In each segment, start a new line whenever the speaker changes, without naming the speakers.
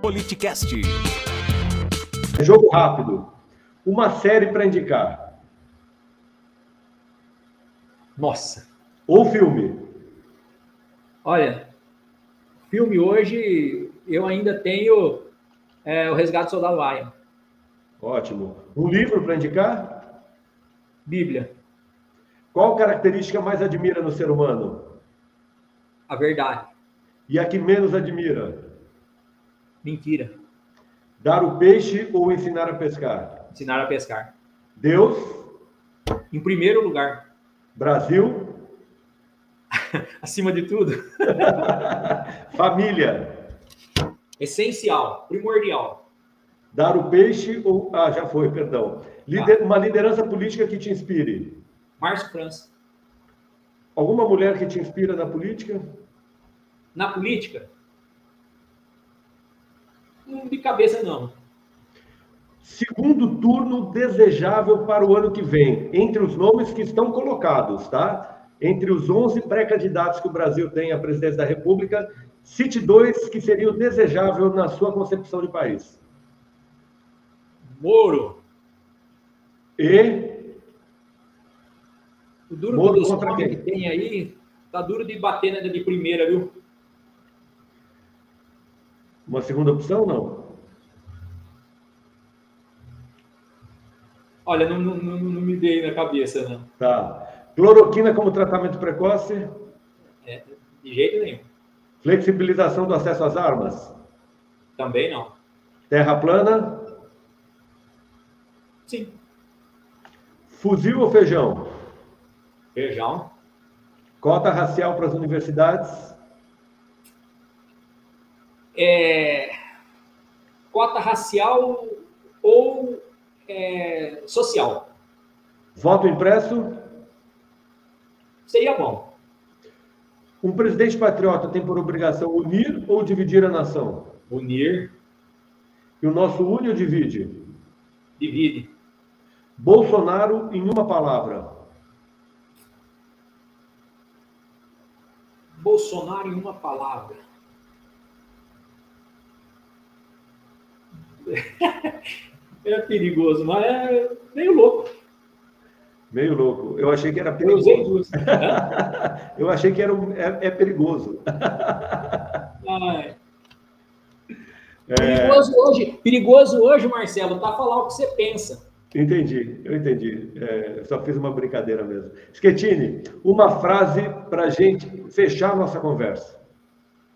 Politicast.
Jogo rápido. Uma série para indicar.
Nossa.
Ou filme.
Olha, filme hoje eu ainda tenho é, O Resgate do Soldado Ryan.
Ótimo. Um livro para indicar?
Bíblia,
Qual característica mais admira no ser humano?
a verdade,
E a que menos admira?
mentira,
Dar o peixe ou ensinar a pescar?
ensinar a pescar.
Deus,
Em primeiro lugar,
Brasil,
acima de tudo,
família.
essencial, primordial,
Dar o peixe ou. Ah, já foi, perdão. Lider- Uma liderança política que te inspire.
Márcio França.
Alguma mulher que te inspira na política?
Na política, hum, de cabeça não.
Segundo turno desejável para o ano que vem, entre os nomes que estão colocados, tá? Entre os 11 pré-candidatos que o Brasil tem à presidência da República, cite dois que seriam desejável na sua concepção de país.
Moro,
E
o duro
Moro
dos
contra
nomes
quem?
que tem aí, tá duro de bater na de primeira, viu?
uma segunda opção, não?
Olha, não, não, não, não me dei na cabeça, não.
Tá. Cloroquina como tratamento precoce,
De jeito nenhum.
flexibilização do acesso às armas,
Também não.
terra plana,
Sim.
fuzil ou feijão,
Feijão.
cota racial para as universidades,
É, cota racial ou é, social.
voto impresso,
Seria bom.
Um presidente patriota tem por obrigação unir ou dividir a nação?
Unir,
E o nosso une ou divide?
divide.
Bolsonaro em uma palavra.
Bolsonaro em uma palavra. É perigoso, mas é meio louco.
Meio louco. Eu achei que era
Eu usei
perigoso.
duas. Hã?
Eu achei que era um- é, é perigoso.
Ai. Perigoso, hoje, perigoso hoje, Marcelo, tá falar o que você pensa.
Entendi, eu entendi. É, eu só fiz uma brincadeira mesmo. Schettini, uma frase para gente fechar nossa conversa.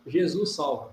Jesus salva.